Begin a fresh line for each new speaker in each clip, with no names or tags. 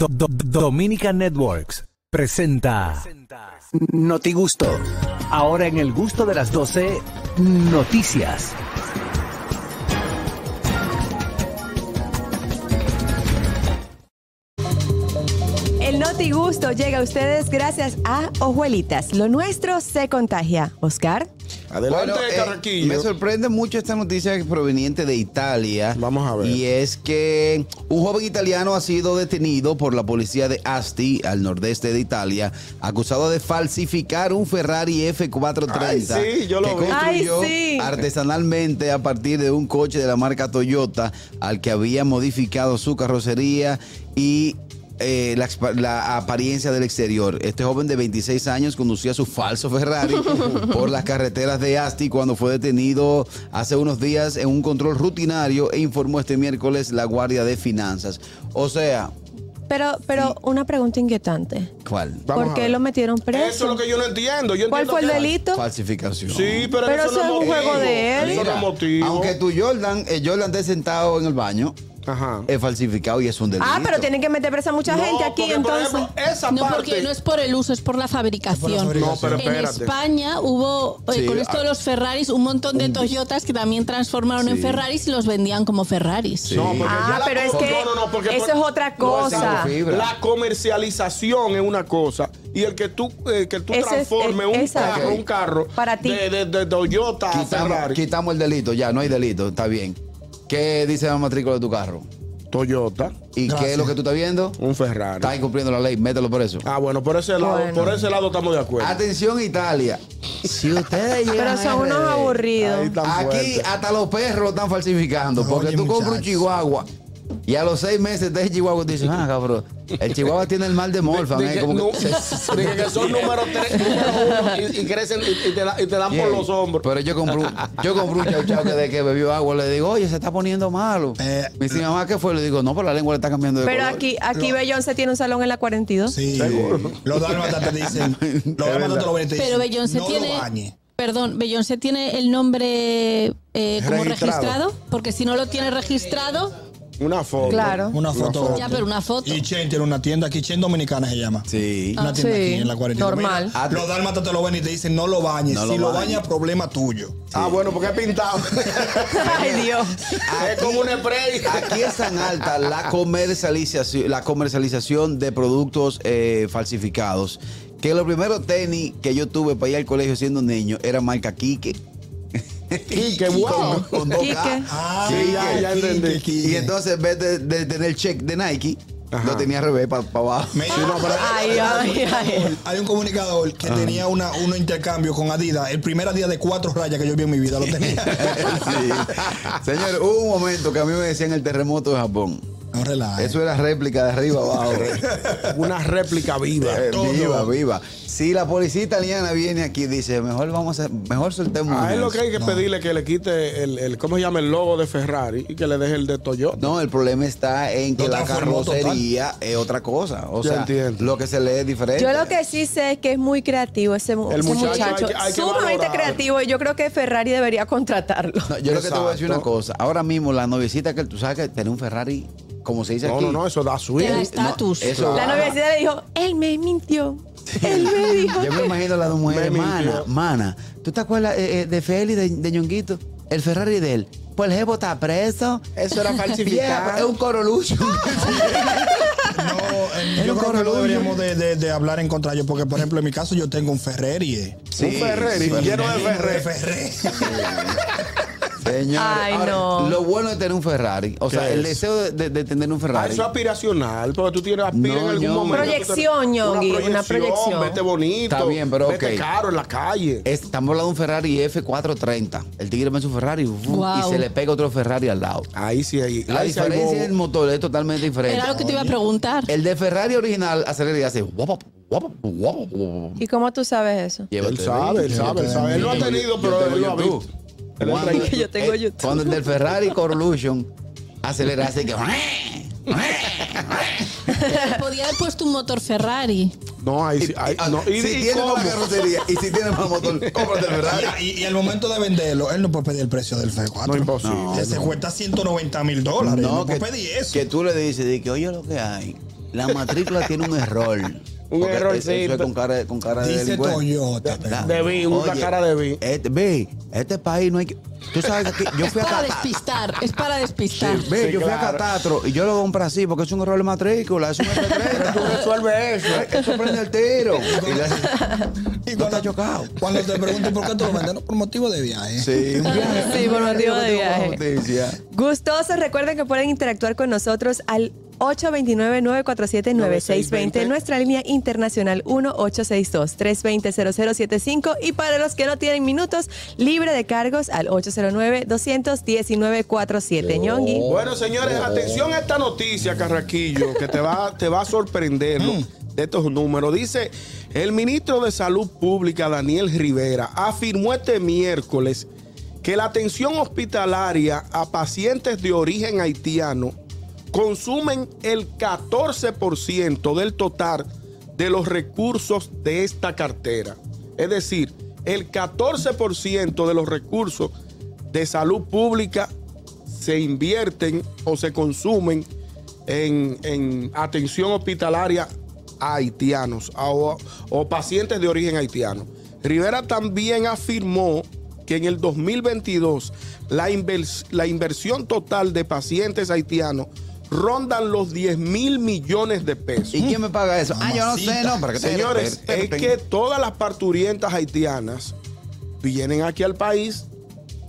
Do- Do- Dominica Networks presenta Noti Gusto. Ahora en el gusto de las 12, noticias.
El Noti Gusto llega a ustedes gracias a Ojuelitas. Lo nuestro se contagia. Oscar.
Adelante,
Bueno, eh,
Carraquillo.
me sorprende mucho esta noticia proveniente de Italia.
Vamos a ver.
Y es que un joven italiano ha sido detenido por la policía de Asti, al nordeste de Italia, acusado de falsificar un Ferrari F430
Ay, sí, yo lo
que
vi.
construyó
Ay, sí.
artesanalmente a partir de un coche de la marca Toyota al que había modificado su carrocería y eh, la, expa- la apariencia del exterior. Este joven de 26 años conducía su falso Ferrari por las carreteras de Asti cuando fue detenido hace unos días en un control rutinario e informó este miércoles la Guardia de Finanzas. O sea,
Pero, pero una pregunta inquietante.
¿cuál?
Vamos
¿Por
a
qué
ver.
lo metieron preso?
Eso es lo que yo no entiendo. Yo
¿Cuál
entiendo
fue el
que-
delito?
Falsificación.
Sí, pero,
Pero
eso
eso
no
es un juego
motivo.
de él.
Eso no es motivo.
Aunque tu Jordan, el Jordan esté sentado en el baño,
Ajá.
es falsificado y es un delito.
ah, pero tienen que meter presa a mucha
No,
gente aquí
porque, por
entonces. Ah,
ejemplo, esa
No,
parte.
porque no es por el uso, es por la fabricación.
No, pero
en
espérate.
España hubo, eh,
Sí,
con esto de los Ferraris, un montón de Toyotas que también transformaron en
Sí.
Ferraris y los vendían como Ferraris.
No, porque ya
Ah,
la
pero es
co-
que
no, no, no, porque
eso
por-
es otra
No, es
cosa.
algo Fibra.
La comercialización es una cosa y el que tú, eh, que tú
Ese es-
transformes
eh,
un
exacto.
carro, un carro
Para ti.
De, de- de Toyota a
Quitamos,
Ferrari.
quitamos el delito, ya, no hay delito, está bien. ¿Qué dice la matrícula de tu carro?
Toyota,
¿Y qué es lo que tú estás viendo?
un Ferrari.
Está incumpliendo la ley, mételo preso.
Ah, bueno, por ese lado,
Bueno.
por ese lado estamos de acuerdo.
Atención Italia, si ustedes llegan
Pero
a
son unos
RD,
Ahí
aburridos.
tan
Aquí
fuerte.
hasta los perros lo están falsificando, porque tú compras un chihuahua y a los seis meses de chihuahua te dicen, ah, cabrón, el chihuahua tiene el mal de Morfan,
De
eh,
que,
como
no-
que se-
de que- que son número 3, número 1 y, y crecen y, y te, la- y te dan
Yeah.
por los hombros.
Pero yo compré, un- yo compré un chau chau que de que bebió agua le digo, oye, se está poniendo malo.
Eh,
Me dice, mamá, ¿qué fue? Le digo, no, pero la lengua le está cambiando de
Pero
color.
aquí, aquí Beyoncé tiene un salón en la 42.
Sí, los dálmatas te dicen. Los dálmatas te lo ven y te dicen.
Pero Beyoncé
no
tiene.
Lo bañe.
Perdón, Beyoncé tiene el nombre eh, como
Registrado.
registrado. porque si no lo tiene registrado,
Una foto.
Claro.
Una foto.
ya, pero una foto. Ah,
Y Chen tiene una tienda aquí, Chen Dominicana se llama.
Sí.
Una tienda
Sí,
aquí en la 40.
normal.
Mira, los dálmatas te lo ven y te dicen, no lo bañes.
No
si
lo
lo
bañes.
bañas, problema tuyo.
Ah, bueno, porque es pintado.
Ay, Dios.
es como un spray.
Aquí es tan alta la comercialización, la comercialización de productos eh, falsificados que los primeros tenis que yo tuve para ir al colegio siendo niño era marca Kike.
Quique,
Oh,
wow.
Con, con dos K.
Quique.
Ah,
Sí,
ya, ya
Kike,
entendí.
Kike.
Y entonces en vez de, de tener check de Nike,
Ajá.
lo tenía al revés para abajo.
Mira,
Ay, ay, ay.
Hay un comunicador que tenía una, un intercambio con Adidas, el primer día de cuatro rayas que yo vi en mi vida lo tenía.
Sí. Señor, hubo un momento que a mí me decían el terremoto de Japón.
No relajes.
Eso era réplica de arriba abajo.
Una réplica viva.
Eh, viva, viva. Si la policía italiana viene aquí y dice, mejor vamos a, mejor soltemos.
A él
unos".
Ah, lo que hay que pedirle que le quite el, el- ¿cómo se llama? El logo de Ferrari y que le deje el de Toyota.
No, el problema está en que
No
la
transformó total.
carrocería es otra cosa. O
Ya
sea,
entiendo.
lo que se lee es diferente.
Yo lo que sí sé es que es muy creativo ese, mu-
El
ese
muchacho
muchacho.
hay que- hay que
Sumamente
valorar.
creativo y yo creo que Ferrari debería contratarlo.
No, yo lo que te voy a decir
Exacto.
una cosa. Ahora mismo la noviecita que tú sabes que tiene un Ferrari, como se dice
No,
aquí.
no, no, eso da
Te da
swing.
estatus.
eso-
La noviecita le dijo, él me mintió. Él me dijo.
Yo me imagino la de mujer,
Me
mana,
mintió.
mana. ¿Tú te acuerdas eh, eh, de Feli, de, de Ñonguito? El Ferrari de él. Pues el jevo está preso.
Eso era
Vieja, es un corolucho.
No, eh,
Era
yo
un
creo que no
correluyo.
deberíamos de, de- de hablar en contra de ello, porque por ejemplo en mi caso yo tengo un Ferreri. eh.
un Ferrari lleno de Ferrari.
Señor,
Ay, no.
lo bueno de tener un Ferrari, o sea,
¿Qué
el
es?
deseo de, de- de tener un
Ah,
Ferrari.
eso es aspiracional, porque tú tienes aspira
No,
en algún
Ñongui.
momento.
Proyección, Ñongui, una proyección.
Vete bonito.
Está bien, pero
Vete
ok.
caro en la calle.
Estamos hablando de un Ferrari F430. El tigre ve su Ferrari uf, y
Guau.
se le pega otro Ferrari al lado.
Ahí sí hay.
La
ahí sí hay
diferencia
bobo.
del motor es totalmente diferente.
Era lo que te iba a preguntar.
El de Ferrari original acelera y hace guap, guap, guap, guap.
¿Y cómo tú sabes eso?
Llévate
Él
de
sabe,
ahí.
él sabe, él sabe. Él lo ha
Yo
tenido,
tengo
pero él lo ha
YouTube.
visto. Él
Cuando-
entra ahí.
Que yo tengo
eh,
YouTube.
Cuando el del Ferrari Corolution acelera hace que
Podía haber puesto un motor Ferrari.
No, ahí sí. ahí- no, y- y cómo.
carrocería y si tiene más motor, cómprate el
Y, y- y al momento de venderlo, él no puede pedir el precio del F4.
No, imposible.
Ese cuesta 190 mil dólares. No,
que,
puede pedir eso.
que tú le dices, de que oye lo que hay. La matrícula tiene un error.
Un
Porque
errorcito.
Eso es con cara, con cara de
Dice
delincuente.
Toyota,
La-
de vi, una
Oye,
cara de vi.
Este, ve, este país no hay que. Tú sabes que aquí- yo fui a
Para
Cata-
despistar, es para despistar.
Sí, ve,
Sí,
yo fui a
claro.
Catastro y yo lo compré así porque es un error de matrícula, es un
Pero tú
F30.
resuelves eso.
Eso prende el tiro. Y la-
Y
No está chocado.
Cuando te pregunten por qué tú lo vendes, no por motivo de viaje.
Sí, un viaje.
Sí, por motivo de viaje.
Justicia.
Gustosos, recuerden que pueden interactuar con nosotros al 829-947-9620, nuestra línea internacional 1-862-320-0075 y para los que no tienen minutos, libre de cargos al 809-219-47. Ñongui.
Bueno, señores, atención a esta noticia, Carraquillo, que te va, te va a sorprender ¿no? de estos números. Dice, el ministro de Salud Pública, Daniel Rivera, afirmó este miércoles que la atención hospitalaria a pacientes de origen haitiano consumen el 14% del total de los recursos de esta cartera. Es decir, el 14% de los recursos de salud pública se invierten o se consumen en, en atención hospitalaria a haitianos a- o, o pacientes de origen haitiano. Rivera también afirmó que en el 2022 la, invers- la inversión total de pacientes haitianos rondan los 10 mil millones de pesos.
¿Y quién me paga eso? Ah, yo no sé, no. ¿para qué te-
Señores, es que todas las parturientas haitianas vienen aquí al país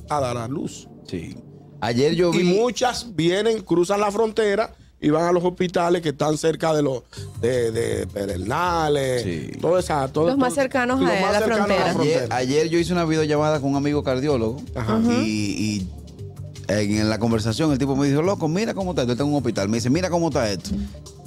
a dar a luz.
Sí. Ayer yo vi.
Y muchas vienen, cruzan la frontera y van a los hospitales que están cerca de los de, de Pedernales,
Sí.
todo esa- todo-
Los más
todo-
cercanos
los
a
más
la
cercanos
frontera.
Ayer, ayer yo hice una videollamada con un amigo cardiólogo
Ajá.
y, y en la conversación el tipo me dijo, loco, mira cómo está esto, está en un hospital. Me dice, mira cómo está esto.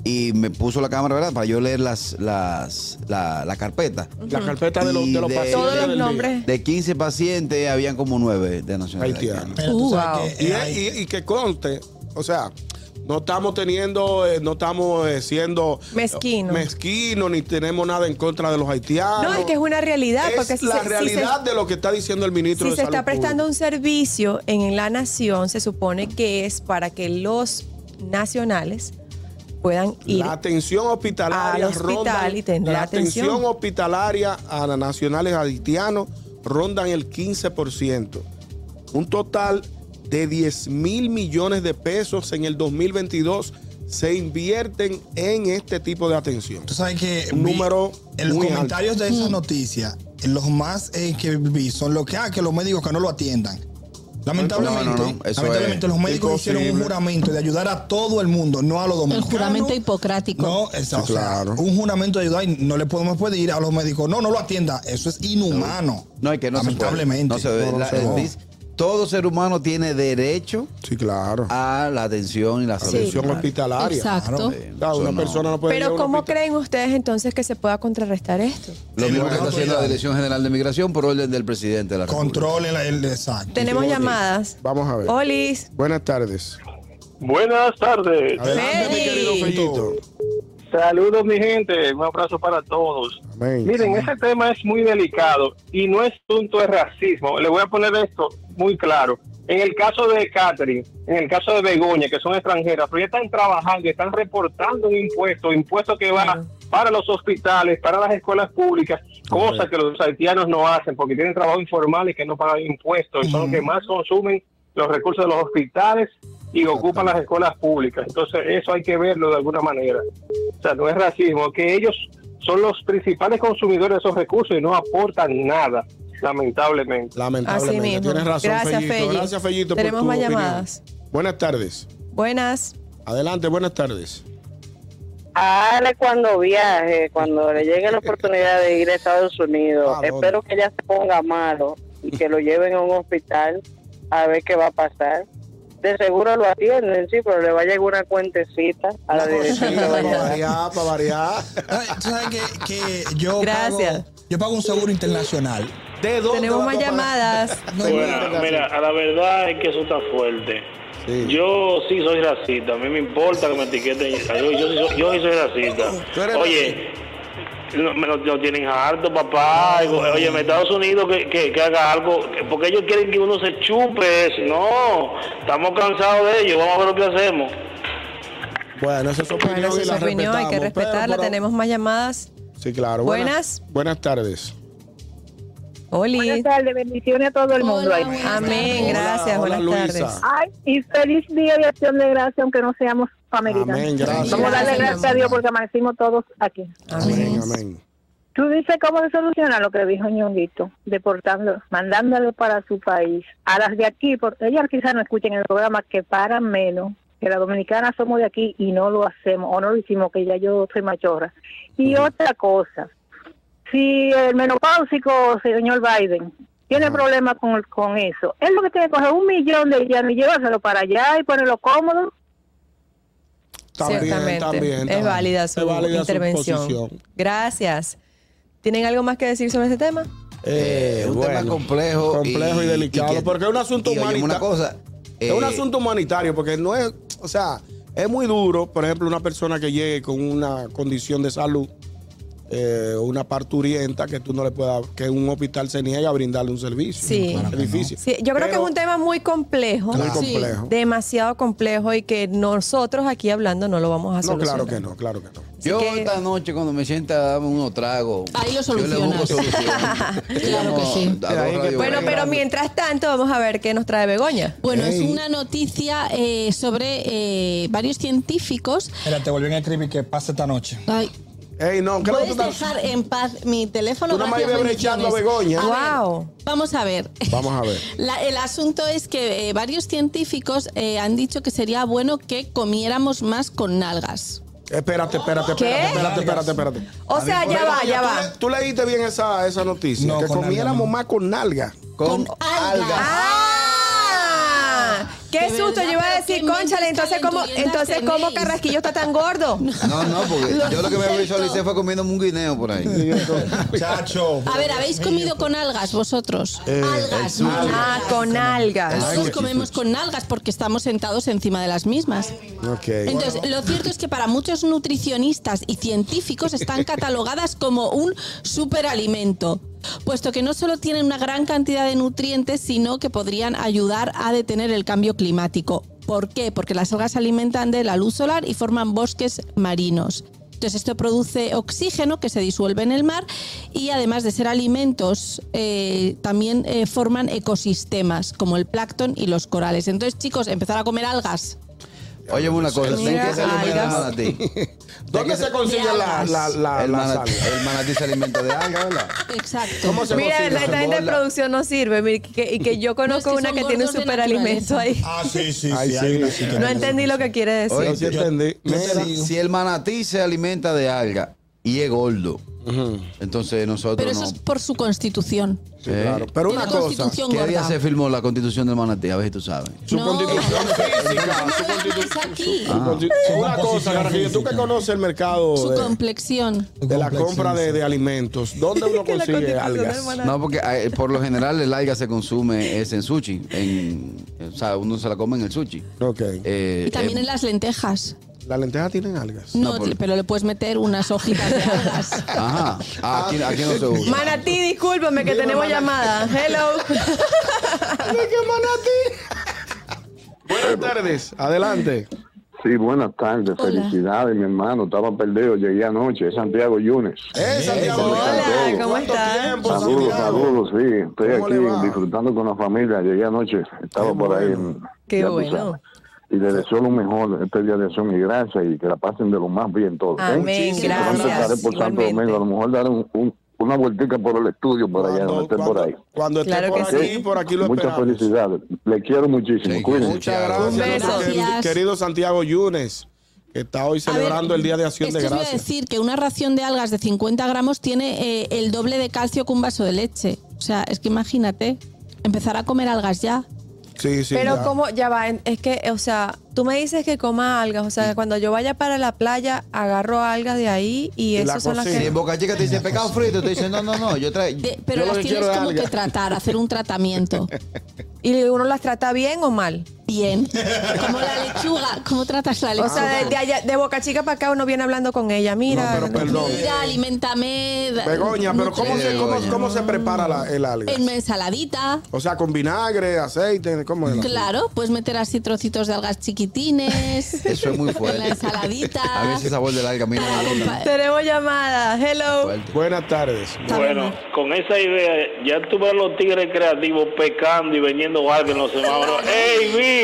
Y me puso la cámara, ¿verdad? Para yo leer las, las, la, la carpeta.
La carpeta de los,
Y
de los
de-
pacientes.
Todos los
del día.
nombres.
De 15 pacientes, habían como 9 de nacionalidad
Haitiano.
haitiana.
Mira, tú sabes
Wow.
que,
Y,
eh, hay-
y- y que conste, o sea, no estamos teniendo, eh, no estamos eh, siendo
Mezquino.
mezquinos, ni tenemos nada en contra de los haitianos.
No, es que es una realidad,
Es
porque si
la
se- si se-
realidad de lo que está diciendo el ministro
Si
de
se está
Salud
prestando
Pública.
un servicio en la nación, se supone que es para que los nacionales puedan ir
La atención hospitalaria
al hospital
ronda-
y tener
la
atención.
atención. hospitalaria a los nacionales haitianos rondan el 15%. Un total de 10 mil millones de pesos en el 2022 se invierten en este tipo de atención.
Tú sabes que
Un
vi
número
en los
muy
comentarios de esa noticia, en los más eh, que vi son los que, ah, que los médicos que no lo atiendan. Lamentablemente,
No, no, no, eso
lamentablemente
es
los médicos
imposible.
hicieron un juramento de ayudar a todo el mundo, no a los
El
dominicanos.
juramento hipocrático.
No, esa- o sea,
claro.
un juramento de ayudar y no le podemos pedir a los médicos, no, no lo atienda. Eso es inhumano.
No, es que no se puede.
lamentablemente.
No se ve.
No, no
La-
se ve.
dice, todo ser humano tiene derecho
Sí, claro.
Ah,
a la atención y la salud.
Atención
mental.
hospitalaria.
Exacto.
Claro.
O sea,
Eso
una
no.
persona no puede ir a
Pero
un
¿cómo
hospital.
creen ustedes entonces que se pueda contrarrestar esto?
Lo
Sí,
mismo
no,
que está
no,
haciendo
no.
la Dirección General de Migración por orden del presidente de la República.
Controle la- el exacto.
Tenemos
sí, ok.
llamadas.
Vamos a ver.
Olis.
Buenas tardes.
Buenas tardes.
Adelante, mi
Feli.
querido Fellito.
Saludos, mi gente. Un abrazo para todos.
Amén.
Miren, ese tema es muy delicado y no es asunto de racismo. Le voy a poner esto muy claro. En el caso de Catherine, en el caso de Begoña, que son extranjeras, pero ya están trabajando, están reportando un impuesto, impuesto que va para los hospitales, para las escuelas públicas, cosa que los haitianos no hacen porque tienen trabajo informal y que no pagan impuestos y son los que más consumen los recursos de los hospitales y ocupan las escuelas públicas. Entonces, eso hay que verlo de alguna manera. O sea, no es racismo, que ellos son los principales consumidores de esos recursos y no aportan nada, lamentablemente.
Lamentablemente.
Así mismo.
Tienes razón,
Gracias,
Fellito.
Felli.
Gracias, Fellito. por
Tenemos
tu
más
opinión.
llamadas.
Buenas tardes.
Buenas.
Adelante, buenas tardes.
Ale cuando viaje, cuando le llegue la oportunidad de ir a Estados Unidos,
Ah, no.
espero que ella se ponga malo y que lo lleven a un hospital a ver qué va a pasar. De seguro lo atienden, sí, pero le va a llegar una cuentecita a la dirección que
para
vaya. a dar.
variar, para variar.
Ay, tú sabes que, que yo,
Gracias.
Pago, yo pago un seguro internacional.
¿De dónde
Tenemos
va
más
tu aparato?
llamadas.
No,
Mira, mira, a la verdad es que eso está fuerte.
Sí.
Yo sí soy racista, a mí me importa que me etiqueten. Yo, yo, sí soy- yo sí soy racista.
Tú eres
Oye, no, me lo, lo tienen harto, papá. eh, Oye, en Estados Unidos que, que- que haga algo, que- porque ellos quieren que uno se chupe. eso. No, estamos cansados de ellos, vamos a ver lo que hacemos.
Bueno, esa es su opinión.
Bueno, esa
y
es su
la
opinión, hay que
respetamos, pero
respetarla.
por-
Tenemos más llamadas.
Sí, claro.
Buenas.
Buenas, buenas tardes.
Oli.
Buenas tardes, bendiciones a todo el mundo. ahí.
Amén,
Hola,
gracias,
hola,
buenas
Luisa.
tardes.
Ay, y feliz día de acción de gracias, aunque no seamos americanos.
Amén, gracias.
Vamos a darle
Gracias,
gracias a Dios porque amanecimos todos aquí.
Amén, amén.
Tú dices cómo se soluciona lo que dijo Ñonguito, deportándolos, mandándolos para su país. A las de aquí, porque ellas quizás no escuchen el programa, que paran menos, que las dominicanas somos de aquí y no lo hacemos, o no lo hicimos, que ya yo soy machorra. Y otra cosa, si el menopáusico, señor Biden, tiene problemas con, el- con eso, él lo que tiene que coger un millón de llanos y llevárselo para allá y ponerlo cómodo.
También,
Ciertamente.
también,
es
también.
válida su
Es válida su
intervención.
posición.
Gracias. ¿Tienen algo más que decir sobre este tema?
Eh,
Es un
bueno,
tema complejo.
Complejo y, delicado.
que-
porque es un asunto
y óyeme
humanita-
una cosa.
es un
eh,
asunto humanitario, porque no es, o sea, es muy duro, por ejemplo, una persona que llegue con una condición de salud, eh, una parturienta, que tú no le puedas, que un hospital se niega a brindarle un servicio.
Sí. Claro
Es difícil.
Sí, yo creo que es un tema muy complejo.
muy
Sí.
complejo.
Demasiado complejo y que nosotros aquí hablando no lo vamos a
No,
solucionar.
claro que no, claro que no.
Así
Yo
que-
esta noche cuando me sienta a darme unos tragos.
Ahí lo
Yo le busco
solucionas.
solución.
Claro que sí.
Llamo a dos radio
Bueno,
vegas.
pero mientras tanto, vamos a ver qué nos trae Begoña.
Bueno, es
Ey.
una noticia eh, sobre eh, varios científicos.
Mira, te volvieron a escribir que pase esta noche.
Ay,
Ey, no, claro que
¿Puedes
tú estás-
dejar en paz mi teléfono?
Tú nada más
Gracias,
ibas brechando a
bendiciones.
Begoña.
A ver,
Wow.
Vamos a ver.
Vamos a ver.
La- el asunto es que eh, varios científicos eh, han dicho que sería bueno que comiéramos más con nalgas.
Espérate, espérate,
¿Qué?
espérate, espérate, espérate, espérate.
O sea, ya va, ya
tú
va.
le- Tú leíste bien esa, esa noticia,
No,
que
con nalga
comiéramos
no.
más con nalga.
Con
Con algas.
algas.
¡Ah! ¡Qué
De
susto!
verdad,
Yo iba a
pero
decir,
qué mente
conchale, entonces cómo,
calenturientas
entonces cómo
tenéis.
Carrasquillo está tan gordo.
No, no, porque
Lo
yo lo que me
siento.
visualicé fue comiéndome un guineo por ahí.
Chacho.
A ver, ¿habéis comido con algas vosotros?
Eh,
algas, no.
Ah, con algas.
Nosotros comemos con algas porque estamos sentados encima de las mismas.
Ok.
Entonces, lo cierto es que para muchos nutricionistas y científicos están catalogadas como un superalimento, puesto que no solo tienen una gran cantidad de nutrientes, sino que podrían ayudar a detener el cambio climático. ¿Por qué? Porque las algas se alimentan de la luz solar y forman bosques marinos. Entonces esto produce oxígeno que se disuelve en el mar y además de ser alimentos eh, también eh, forman ecosistemas como el plancton y los corales. Entonces chicos, empezar a comer algas.
Óyeme una cosa, ten
Mira,
que se alimenta el
algas.
manatí.
¿Dónde se consigue
de
la,
algas.
la, la,
El,
la
mana-
salga?
el manatí se alimenta de algas, ¿verdad?
Exacto.
¿Cómo se
Mira,
consigue?
esta gente de
bola.
producción no sirve. mira, que- que- Y que yo conozco
son
una que tiene un
gordos de
superalimento ahí.
Ah, sí, sí,
Ay,
sí.
sí.
hay una chica
No
que-
entendí lo que quiere
Yo
decir.
sí entendí.
yo te
Mira,
digo.
Si el manatí se alimenta de algas y es gordo, entonces nosotros
Pero
no.
eso es por su constitución.
sí, claro. Pero
Tiene
una cosa,
constitución
¿Qué día
gorda.
se firmó la constitución del manatí? A ver si tú sabes.
su
No.
constitución física, su
No lo
constitu-
ves aquí.
su constitu-
Su
Una cosa,
composición
Carraquillo, tú que
física.
conoces el mercado
Su
de,
complexión.
de la compra de, de alimentos, ¿dónde uno
Que la
consigue
constitución del
algas?
manatí.
No, porque eh, por lo general el alga se consume es en sushi. En, o sea, uno se la come en el sushi.
Ok.
Eh,
Y también
eh,
en las lentejas.
¿Las lentejas tienen algas?
No,
No, por-
pero le puedes meter unas hojitas de algas.
Ajá. Ah, aquí, aquí no se usa.
Manatí, discúlpame que
Dime,
tenemos
manatí.
llamada. Hello.
¿De qué manatí? Buenas tardes, adelante.
Sí, buenas tardes,
Hola.
felicidades, mi hermano. Estaba perdido, llegué anoche, es Santiago Yunes.
Eh, Santiago.
Hola, ¿cómo
¿Cuánto
estás?
tiempo,
Saludos,
Santiago?
saludos, sí, estoy
¿Cómo le va?
aquí disfrutando con la familia. Llegué anoche, estaba por ahí. en-
Qué
ya tú
bueno.
sabes. Y le deseo lo mejor este día de acción y gracias y que la pasen de lo más bien todos. ¿eh?
Amén,
Muchísimas
Pronto estaré
gracias.
por Santo Domingo, a lo
Igualmente.
mejor dar un- un- una vueltica por el estudio por allá, donde esté por
cuando-
ahí.
cuando esté
Claro
por
que
aquí,
sí.
por aquí lo
Muchas
esperamos.
felicidades, le quiero muchísimo,
Sí,
cuídense.
Muchas
Un
gracias,
beso.
nuestro querido-
Gracias.
querido Santiago Yunes, que está hoy
A ver,
celebrando el Día de Acción
es
de
que os voy a
Gracias.
decir que una ración de algas de 50 gramos tiene eh, el doble de calcio que un vaso de leche. O sea, es que imagínate, empezar a comer algas ya.
Sí, sí.
Pero
ya.
como ya va, en- es que, o sea, tú me dices que coma algas, o sea, cuando yo vaya para la playa, agarro algas de ahí y,
Y la
esas son las
Si
que...
en Boca Chica te dice pescado frito, te dicen no, no, no, yo traigo.
De- Eh, pero
Yo lo
las
que
tienes
quiero es
como que
alga.
tratar, hacer un tratamiento.
¿Y uno las trata bien o mal?
bien. Como la lechuga. ¿Cómo tratas la lechuga?
O sea, de, de allá- de Boca Chica para acá uno viene hablando con ella. Mira,
Perdón.
Mira, alimentame. da-
Begoña, pero
nutre-
¿cómo se, cómo, cómo se prepara la- el alga?
En una ensaladita.
O sea, con vinagre, aceite, ¿cómo es? la-
Claro, puedes meter así trocitos de algas chiquitines.
Eso es muy fuerte.
En la ensaladita. Ah,
A veces sabor del alga, mira, Madonna.
tenemos llamada. Hello.
Pues-
Buenas tardes.
Bueno, con esa idea, ya tú ves a los tigres creativos pecando y vendiendo alga en los semáforos. ¡Ey, vi!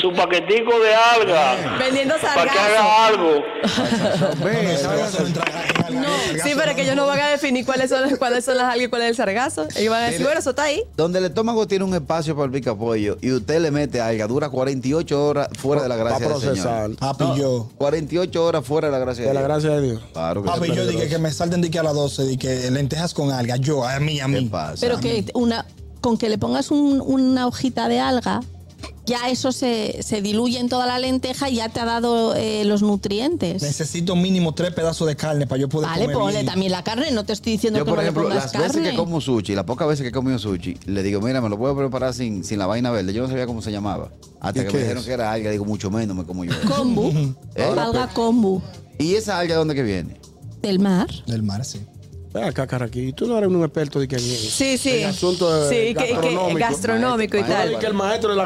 Su paquetico de alga.
Vendiendo
Para que
sargazo.
haga algo.
Sí, pero es que ellos no van a definir cuáles son, las- cuáles son las algas y cuál es el sargazo. Ellos van a decir,
Mire.
bueno, eso está ahí.
Donde el estómago tiene un espacio para el picapollo y usted le mete alga, dura 48 horas fuera de la
Pa'
gracia del
procesar.
Señor. Ah,
Papi,
No,
yo.
48 horas fuera de la gracia de,
De la gracia de Dios.
Claro que
Papi,
sí.
yo dije que me salten de que a las 12, de que lentejas con alga. Yo, a mí, a mí.
Pero que una, con que le pongas un- una hojita de alga, ya eso se, se diluye en toda la lenteja y ya te ha dado eh, los nutrientes.
Necesito mínimo tres pedazos de carne para yo poder
Vale,
comer
ponle
bien.
también la carne, no te estoy diciendo
Yo,
que
por
no le
ejemplo,
pongas
las veces
carne.
que como sushi, las pocas veces que he comido sushi, le digo, mira, me lo puedo preparar sin, sin la vaina verde. Yo no sabía cómo se llamaba.
¿Y
Hasta que
qué
me dijeron
es?
que era alga, digo, mucho menos me como yo.
Kombu,
¿Eh?
alga kombu
¿Y esa alga de dónde que viene?
del mar.
Del mar, sí.
Ven acá, Carraquillo, tú no eres un experto de que
Sí, sí.
El asunto
Sí,
de
que- que-
gastronómico.
gastronómico y
Maestro,
tal.
maestro, que el maestro de la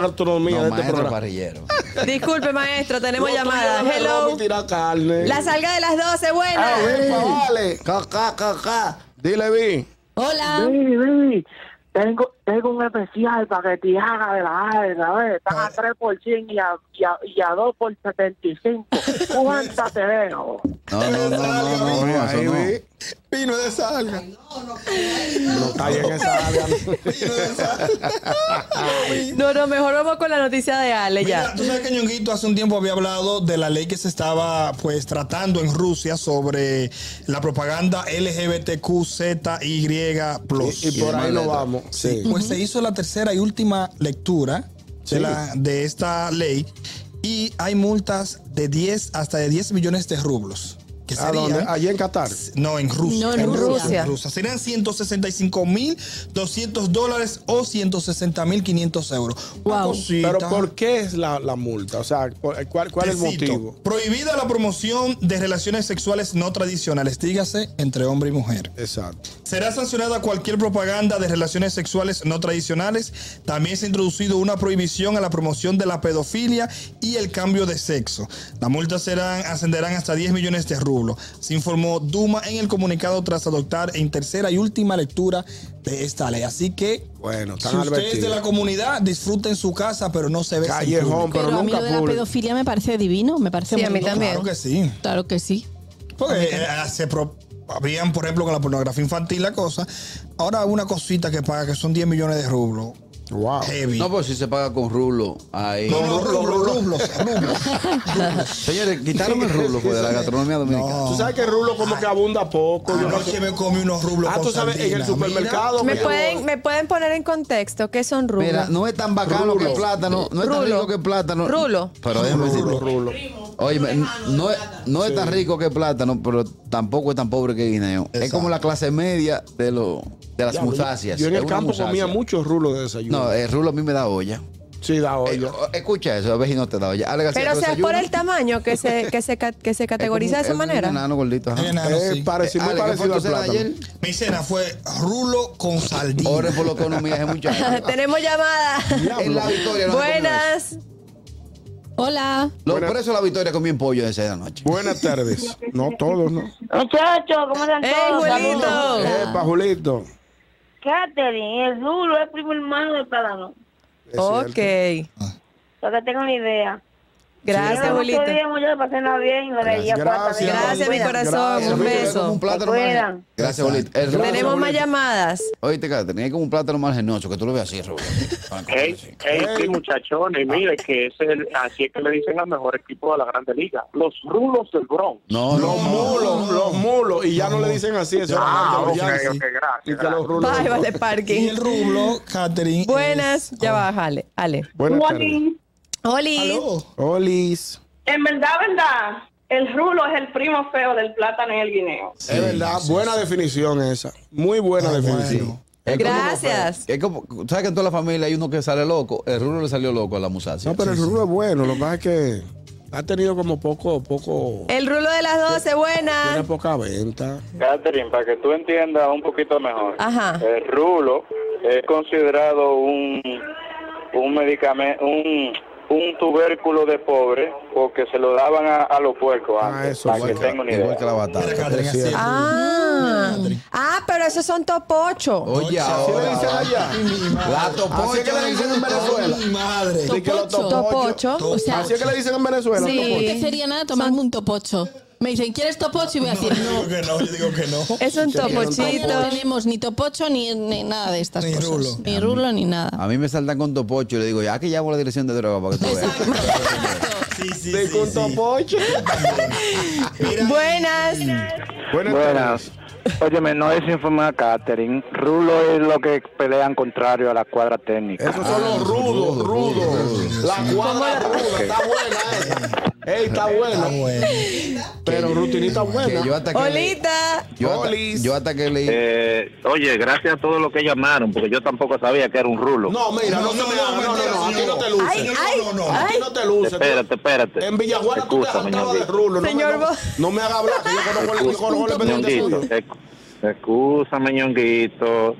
No,
gastronomía de este
maestro
programa.
parrillero.
Disculpe, maestro, tenemos
Lo tuyo
llamada.
no es robo
Hello.
y tirar carne.
La salga de las 12, buena.
Ah, epa, vale. Dile, Vi.
Hola.
Baby, baby, tengo, tengo un especial para que te haga de la alga, ¿ves? Están a 3 por 100 y a, y a, y a 2 por 75. ¿Cuánta te dejo?
No, no, no, no, no, no, eso
Ahí,
no.
Vi.
Pino de esa alga.
No está bien esa alga.
No, no, mejor vamos con la noticia de Ale
Mira,
ya.
tú sabes que Ñonguito hace un tiempo había hablado de la ley que se estaba pues tratando en Rusia sobre la propaganda LGBTQZY+.
Y, y por
Letra.
ahí nos vamos.
Sí, pues se hizo la tercera y última lectura de,
Sí.
la- de esta ley y hay multas de 10 hasta de 10 millones de rublos. Que
Pues,
¿A
serían,
dónde? Allí en Qatar.
No, en Rusia.
No, en Rusia.
En Rusia. Serían 165.200 dólares o 160.500 euros. Una
Wow.
cosita.
Pero ¿por qué es la, la multa? O sea, ¿por- ¿cuál, cuál es el
Te cito.
motivo?
Prohibida la promoción de relaciones sexuales no tradicionales, dígase entre hombre y mujer.
Exacto.
Será sancionada cualquier propaganda de relaciones sexuales no tradicionales. También se ha introducido una prohibición a la promoción de la pedofilia y el cambio de sexo. Las multas serán, ascenderán hasta 10 millones de rublos, se informó Duma en el comunicado tras adoptar en tercera y última lectura de esta ley. Así que,
Bueno,
si
están
ustedes de la
advertidos.
comunidad, disfruten su casa, pero no se besan. en
Callejón,
público.
Pero,
pero,
a mí
nunca
lo de la
público.
pedofilia me parece divino, me parece
Sí, a
muy
mí
loco.
también.
Claro que sí.
Claro que sí.
Porque eh, se pro- habían, por ejemplo, con la pornografía infantil la cosa. Ahora una cosita que paga que son 10 millones de rublos.
Wow.
Heavy.
No, pues si se paga con rulo. Ahí.
No, no, rublos, rublos, rublos.
Señores, quitaron el rulo pues, de la gastronomía dominicana.
Tú sabes que el rulo como que abunda poco. Yo
Ah,
no sé-
Anoche me comí unos rublos
Ah,
con
tú sabes, en el
sardina.
supermercado.
¿Me
que-
pueden, ¿Me pueden poner en contexto qué son rublos?
Mira, no es tan bacano que el plátano, no es tan
Rulo.
rico que el plátano.
Rulo.
Pero déjame
Rulo,
decirlo.
rulo.
Oye, no, es, no es tan rico que el plátano, pero tampoco es tan pobre que el guineo. Es
Exacto.
como la clase media de lo, de las
Ya,
musáceas.
Yo en
Es
el
una
campo comía
musácea.
muchos rulos de desayuno.
No, el rulo a mí me da olla.
sí, da
Eh,
olla.
o- escucha eso, a ver si no te da olla. Ale García,
Pero o sea, es por
desayuno.
el tamaño que se, que se, ca- que se
Es como
categoriza de esa
un- es Un
manera.
enano gordito. ajá.
Hay enano,
Es
sí.
parecido, muy
Eh, Ale, ¿qué fue
parecido
tu
al
cena de
plátano.
ayer?
Mi cena fue rulo con sardina.
Ore por la economía, es mucho.
Tenemos llamada.
En la victoria. no se comió eso.
Buenas.
Hola.
Lo- Por eso la victoria comí en pollo esa noche.
Buenas tardes. No todos, ¿no?
Muchachos, ¿cómo están
¡Ey,
todos?
Juelito!
Saludos.
Epa, Julito.
Catherine, el rulo es primo hermano del plátano.
Es cierto.
Ok.
Para que tengan una idea.
Gracias, Julito.
muchachos, pasenla bien.
Gracias. Gracias,
Gracias, mi corazón.
Gracias,
Un
Julito, es como
beso.
un plátano
Te
más-
cuidan.
Gracias, Bolito. El rulo-
Tenemos más llamadas.
Oíste, Catherine, es como un plátano margenoso, que tú lo ves así, Rubén. Franco,
Ey,
así.
ey, sí, muchachones, mire que ese es el- así es que le dicen al mejor equipo de la Grande Liga, los rulos del Bronx.
No,
Los
no, no.
mulos, los mulos. Y ya no le dicen así. Eso era
Ah,
antes, los
ok,
yankees.
ok, gracias,
Y que
gracias.
los rulos.
Bye, vale,
Y
parking.
el rublo, Catherine. es-
Buenas. Ya bájale. Ale.
Buenas tardes.
Oli.
Aló.
Olis.
En verdad, verdad, el rulo es el primo feo del plátano y el guineo.
es verdad, buena Ah, definición esa. Muy buena
Ah,
definición.
bueno.
Es como-
Gracias.
es como- ¿Sabes que en toda la familia hay uno que sale loco? El Rulo le salió loco a la musacia.
No, pero el rubro es bueno. Lo que pasa es que ha tenido como poco, poco.
El rulo de las 12,
Tiene
buena.
poca venta.
Catherine, para que tú entiendas un poquito mejor.
Ajá.
El rulo es considerado un un medicamento, un, un tubérculo de pobre porque se lo daban a, a los puercos antes, para que tengan una idea.
Ah, Igual que la batata. Es cierto.
Ah, ah, pero esos son topocho.
Oye, ahora. La topocho.
Así es que le dicen en Venezuela.
Mi madre.
De que lo
Topocho.
topocho.
Topocho, o sea- eh,
Así es que le dicen en Venezuela.
Sí.
topocho.
¿Qué sería nada tomarme un topocho? Me dicen, ¿quieres topocho? Y voy a decir, no.
Yo digo que no, yo digo que no.
Es un
Aquí
topochito.
No tenemos ni topocho ni, ni nada de estas
Ni
cosas.
rulo.
Ni rulo ni nada.
Ah,
A mí me saltan con topocho y le digo, ya que llamo a la dirección de droga para que tú veas.
Sí, sí,
De
sí,
con
sí.
topocho.
Buenas.
Buenas
Buenas. Óyeme, no es informar a Catherine. Rulo es lo que pelean contrario a la cuadra
Eh,
técnica.
Esos son los rudos, rudos. La cuadra ruda. Está buena esa. Ey, está
Está
buena.
bueno.
Pero rutinita
Que yo
buena.
hasta que le-
Olita.
yo hasta-
Olis.
yo hasta que leí.
Eh, oye, gracias a todos los que llamaron, porque yo tampoco sabía que era un rulo.
No, mira, no,
No,
se
no,
me haga, no, no, no, a ti no te
Ay,
luces.
ay,
No, no, no.
A ti
ay.
no te luces.
Espérate, espérate.
En Villajuana tú te
Escúchame,
saltabas de
ñonguito.
rulo. No me-
Señor
no,
Bo-
no me hagas hablar, que yo conozco el- yo conozco el pendiente
Ñonguito,
suyo.
escu- Escúchame, ñonguito.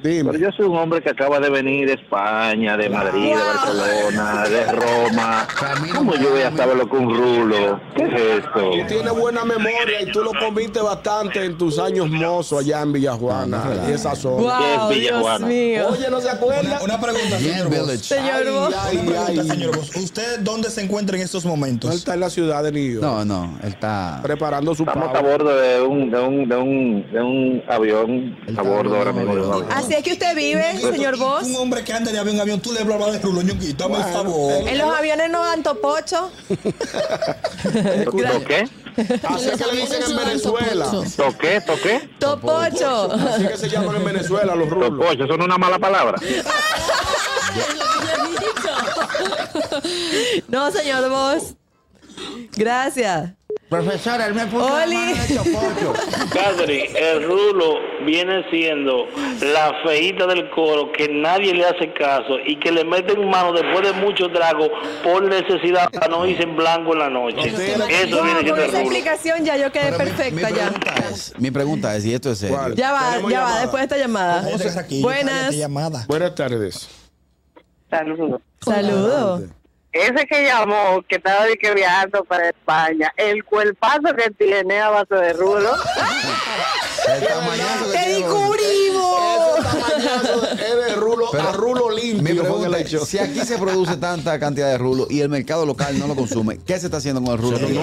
Pero
Dime.
yo soy un hombre que acaba de venir de España, de Madrid, de Barcelona, de Roma.
Camino
¿Cómo yo voy a saber lo que un rulo? ¿Qué es
Tú
esto?
tienes buena memoria y tú lo comiste bastante en tus años mozos allá en Villajuana y esa zona.
Wow,
es
Dios
Villajuana?
mío.
Oye, ¿no se acuerda?
Una pregunta, señor
Bien,
Bosch.
Village.
Señor Bo.
Ay,
Una
ay,
pregunta,
ay.
señor Bosch. ¿Usted dónde se encuentra en estos
No él
momentos?
está en la ciudad de New York
No, no, él está.
preparando su
Estamos a
pavo.
bordo de un, de un, de un, de un avión, a bordo ahora mismo de un avión.
Así es que usted vive, señor Bosch.
Un hombre que anda de avión a avión, tú le hablas de rulo, ñonguito, dame el favor.
En los aviones no dan topocho.
¿Toqué?
Así es que le dicen en Venezuela.
¿Toqué? ¿Toqué?
Topocho.
Así es que se llaman en Venezuela los rulos.
Tococho, eso no es una mala palabra.
No, señor Bosch. Gracias.
Profesor, él me
Oli.
Catherine, el rulo viene siendo la feíta del coro que nadie le hace caso y que le meten mano después de mucho trago por necesidad para no irse en blanco en la noche. Eso
Wow,
viene siendo
con
el
esa
rulo.
explicación ya yo quedé perfecta
mi
ya.
pregunta es, mi pregunta es, y esto es serio.
¿Cuál?
Ya va,
Tenemos
ya va,
llamada.
después de esta llamada.
Vamos a dejar aquí,
Buenas.
cállate, llamada.
Buenas tardes.
Saludos.
Saludos.
Ese que llamó, que estaba de que viajando para España, el cuerpazo que tiene a base de rulo.
El tamañazo que tiene-
descubrimos!
Es de rulo
Pero-
a rulo
Mi
limpio. fue que
pregunta
le echó.
es, si aquí se produce tanta cantidad de rulo y el mercado local no lo consume, ¿qué se está haciendo con el rulo?
No, él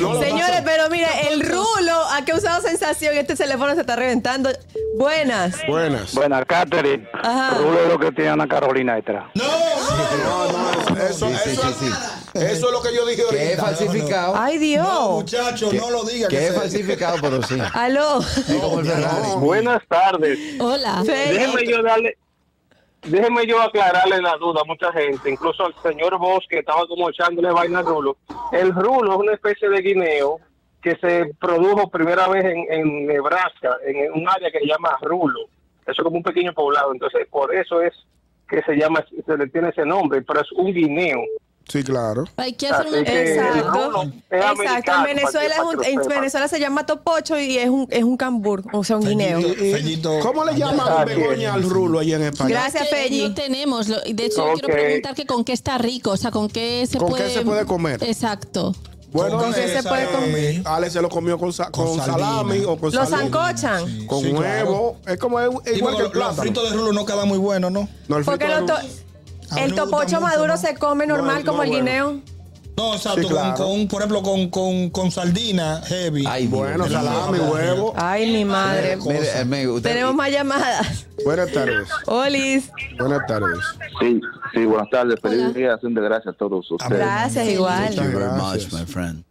no lo
Señores,
pasa.
pero mire, el rulo ha causado sensación. Este teléfono se está reventando. Buenas.
Buenas.
Bueno, Catherine,
Ajá.
rulo es lo que tiene Ana Carolina detrás.
No, no, eso,
Sí, sí,
eso,
sí,
eso es lo que yo dije
Que es
ahorita.
falsificado.
¡Ay,
No,
Dios!
muchachos, no lo diga.
Que es
se-
falsificado, pero sí.
¡Aló!
Es como el Ferrari.
Buenas tardes.
Hola.
Déjeme yo darle, déjeme yo aclararle la duda a mucha gente, incluso al señor Bosch que estaba como echándole vaina al rulo. El rulo es una especie de guineo que se produjo primera vez en, en Nebraska, en un área que se llama rulo. Eso es como un pequeño poblado, entonces por eso es que se llama, se le tiene ese nombre, pero es un guineo.
Sí, claro.
Hay que hacer
Así
una...
que el
Exacto.
rulo es
Exacto. En
americano,
Venezuela, es
para que-
un-
para que
en
lo sepa.
Venezuela se llama topocho y es un, es un cambur, o sea, un guineo.
Fellito.
¿Cómo le llaman en Begoña al rulo allá en España?
Gracias,
que
Pelli.
No tenemos. lo- y De hecho, yo
Ok.
quiero preguntar que con qué está rico, o sea, con qué se
¿Con qué
puede...
se puede comer?
Exacto.
Bueno,
¿Con qué
eh,
se puede
eh,
comer?
Alex se lo comió con, sa-
Con
con
sardina.
salami o con
Lo
sardina.
zancochan.
Con
Sí, claro.
huevo. Es como es igual
Digo,
que el
los los
plátano.
fritos de rulo no quedan muy buenos, ¿no?
No, el
Porque
frito
lo
no.
to-
A mí
el
me gusta
topocho
mucho,
maduro
¿no?
se come
No,
normal
no,
como el
bueno.
guineo.
No, exacto,
Sí, claro.
con, con, por ejemplo, con, con, con sardina heavy.
Ay, Dios
Bueno,
mío.
salami, huevo.
Ay, mi madre.
Mire, eh, me- usted-
Tenemos más llamadas.
Buenas tardes.
Olis.
Buenas tardes.
Sí, sí, buenas tardes.
Feliz Hola.
día, de gracias a todos
Gracias,
Thank you
igual.
very much,
Gracias.
my friend.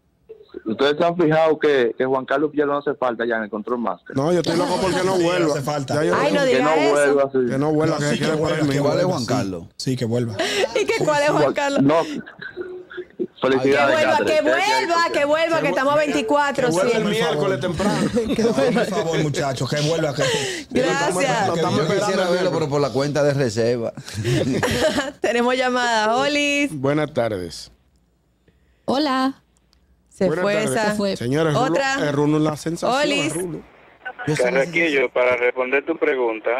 Ustedes se han fijado que, que Juan Carlos Villalón no hace falta ya en el Control Master.
No, yo estoy loco porque no
Sí,
vuelva.
hace falta.
Ya yo-
Ay, no digas eso.
sí.
Que no vuelva, que se
Sí,
quede por ahí mismo.
¿Cuál es
vuelva,
Juan
sí.
Carlos?
Sí, que vuelva.
¿Y qué cuál es Juan Carlos?
No.
Que
Felicidades,
vuelva,
Catherine.
que vuelva, que vuelva, que estamos 24.
Que vuelva el
siempre.
miércoles temprano. Por favor, muchachos, que vuelva. Que...
Gracias.
Yo quisiera verlo, pero por la cuenta de reserva.
Tenemos llamada. Olis.
Buenas tardes.
Hola.
Se
Buenas
fue
tardes.
esa.
Señores,
Otra.
Rulo, eh, Rulo es la sensación.
Olis.
Rulo.
Carraquillo, para responder tu pregunta,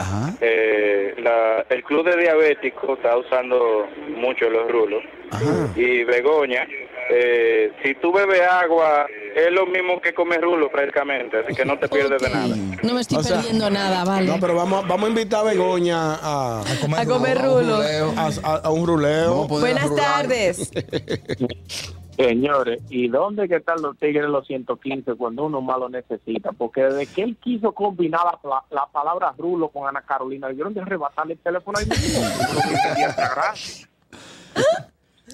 eh, la- el club de diabéticos está usando mucho los rulos. Y Begoña, eh, si tú bebes agua, es lo mismo que comer rulos prácticamente, así que no te pierdes de nada.
No me estoy
O sea,
perdiendo nada, vale.
No, pero vamos, vamos a invitar a Begoña a,
A comer rulo.
A, a- a un ruleo.
Buenas tardes.
Señores, ¿y dónde que están los tigres los 115 cuando uno más lo necesita? Porque desde que él quiso combinar la, pla- la palabra rulo con Ana Carolina, debieron de arrebatarle el teléfono ahí mismo.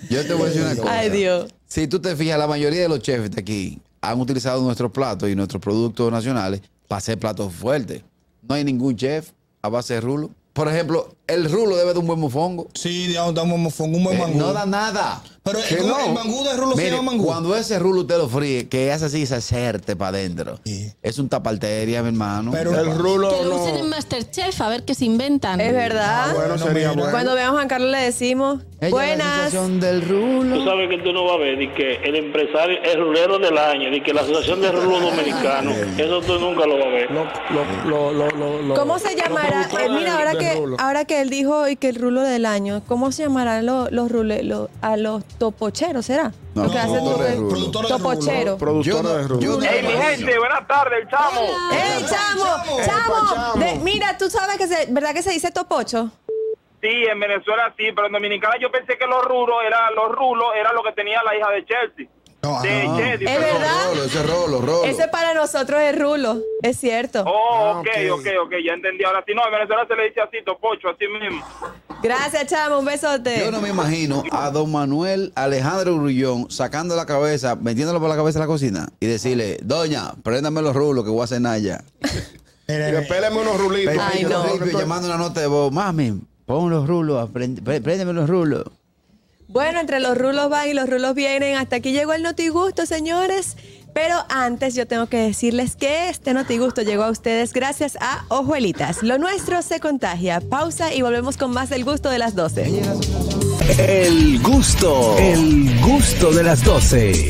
Yo te voy a decir una cosa.
Ay, Dios.
Si tú te fijas, la mayoría de los chefs de aquí han utilizado nuestros platos y nuestros productos nacionales para hacer platos fuertes. No hay ningún chef a base de rulo. Por ejemplo, el rulo debe de un buen mofongo.
Sí, da un buen mofongo, un buen
Eh,
mangú.
no da nada.
Pero
¿Que
el,
no?
el mangú de rulo se
Mire,
llama mangú.
Cuando ese rulo usted lo fríe, que hace así, se hacerte para adentro. Es un tapartería, mi hermano.
Pero
el
que Este lo usen en Masterchef, a ver qué se inventan.
Es verdad.
sería
Cuando veamos a Juan Carlos le decimos, buenas.
del
Tú
rulo.
sabes que tú no vas a ver de que el empresario, el rulero del año, de que la asociación de rulos dominicanos, eso tú nunca lo vas a
Eh,
ver.
¿Cómo se llamará? Eh, mira, ahora que, ahora que él dijo hoy que el rulo del año, ¿cómo se llamarán los, los rule- lo- a los topocheros, será?
No,
Lo que hacen
productores de
tope-
rulo.
topochero.
Productora de rulo.
Ey, mi gente, buenas tardes, el chamo.
¡Ey, chamo! ¡Chamo! de- mira, tú sabes que se, ¿verdad que se dice topocho?
Sí, en Venezuela sí, pero en Dominicana yo pensé que los rulos era los rulos era lo que tenía la hija de Chelsea. de
ah.
Chelsea,
Es
perdón.
verdad.
Rolo, ese rolo, rolo.
Ese para nosotros es rulo, es cierto.
Oh, ok, ok, ok, ya entendí. Ahora sí, no, en Venezuela se le dice así, topocho, así mismo.
Gracias, chamo, un besote.
Yo no me imagino a don Manuel Alejandro Grullón sacando la cabeza, metiéndolo por la cabeza a la cocina y decirle, doña, préndame los rulos que voy a cenar ya.
Péleme unos rulitos.
Pepito Ripio llamando una nota de voz, mami, pon los rulos, aprend- pré- préndeme los rulos.
Bueno, entre los rulos van y los rulos vienen. Hasta aquí llegó el Notigusto, señores. Pero antes yo tengo que decirles que este Notigusto llegó a ustedes gracias a Ojuelitas. Lo nuestro se contagia. Pausa y volvemos con más del gusto de las 12.
El gusto, el gusto de las 12.